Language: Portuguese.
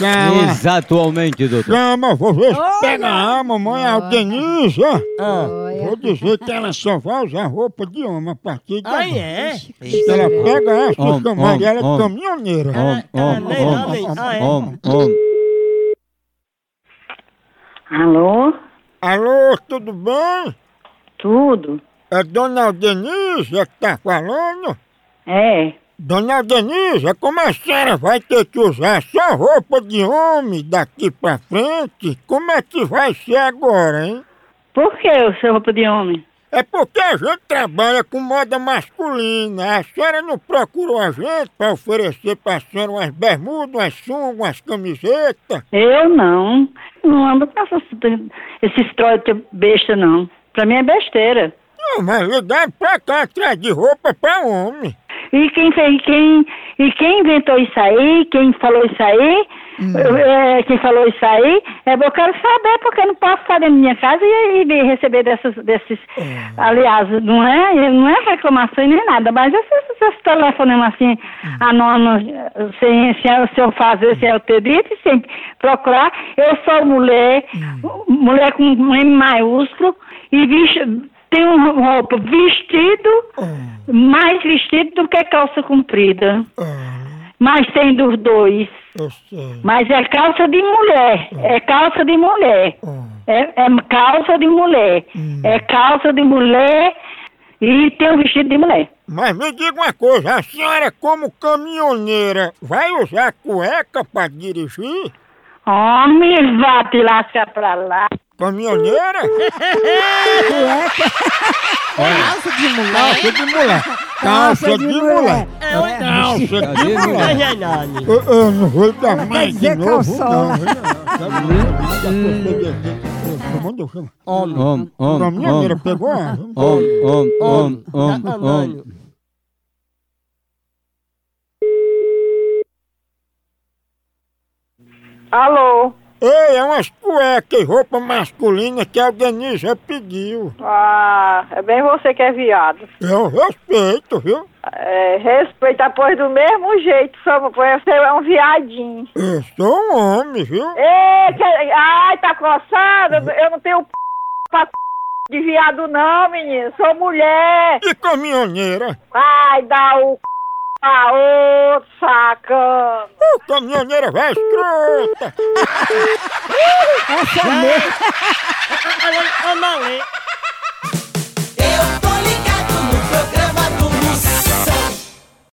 dela. Exatamente, doutor. Não, mas vou ver se pega a mamãe, a Denise. Vou dizer que ela só vai usar roupa de homem a partir de Ah, agora. é? Ela pega essa Homem, camarada, ela homem, é homem. caminhoneira. Om, om, om, om, om. Alô? Alô, tudo bem? Tudo? É Dona Denise que tá falando? É. Dona Denise, como a senhora vai ter que usar só roupa de homem daqui pra frente, como é que vai ser agora, hein? Por que o seu roupa de homem? É porque a gente trabalha com moda masculina. A senhora não procurou a gente pra oferecer pra senhora umas bermudas, umas sungas, umas camisetas? Eu não. Não ando com essas, esses trolls de besta, não. Pra mim é besteira. Não, mas ligar pra cá atrás de roupa pra homem. E quem, fez, quem, e quem inventou isso aí, quem falou isso aí, é, quem falou isso aí, é, eu quero saber, porque eu não posso ficar dentro da minha casa e, e receber dessas, desses. Aliás, não é, não é reclamação e nem nada, mas esses, esses telefonemas assim, anônimos, sem, sem, sem eu fazer, sem eu ter dito, e sem procurar. Eu sou mulher, mulher com um M maiúsculo, e visto, tenho roupa vestido. Ah, Mais vestido do que calça comprida. Mas tem dos dois. eu sei. Mas é calça de mulher. É calça de mulher. Ah. É, é calça de mulher. É calça de mulher e tem um vestido de mulher. Mas me diga uma coisa, a senhora como caminhoneira vai usar cueca pra dirigir? Homem, vá te lascar pra lá. Caminhoneira? Calça de mulher. Calça de mulher. Calça de mulher. É uma Calça de mulher. Mas é nada. Eu, eu não vou dar mais de dizer novo, não. calçola. Manda eu chamar. Om, om, om, Caminhoneira, om. pegou a... Om, om, om, Tá om, om. Sacanagem. Alô? Ei, é umas cuecas e roupa masculina que a Denise pediu. Ah, é bem você que é viado. Eu respeito, viu? É, respeita, pois do mesmo jeito, só pois você é um viadinho. Eu sou um homem, viu? Ei, É, que, ai, tá coçada? Eu não tenho p... pra p... de viado não, menino. Sou mulher. E caminhoneira? Ai, dá o c... pra outro, sacana. O caminhoneira vai escrota! Olha, olha, olha, olha.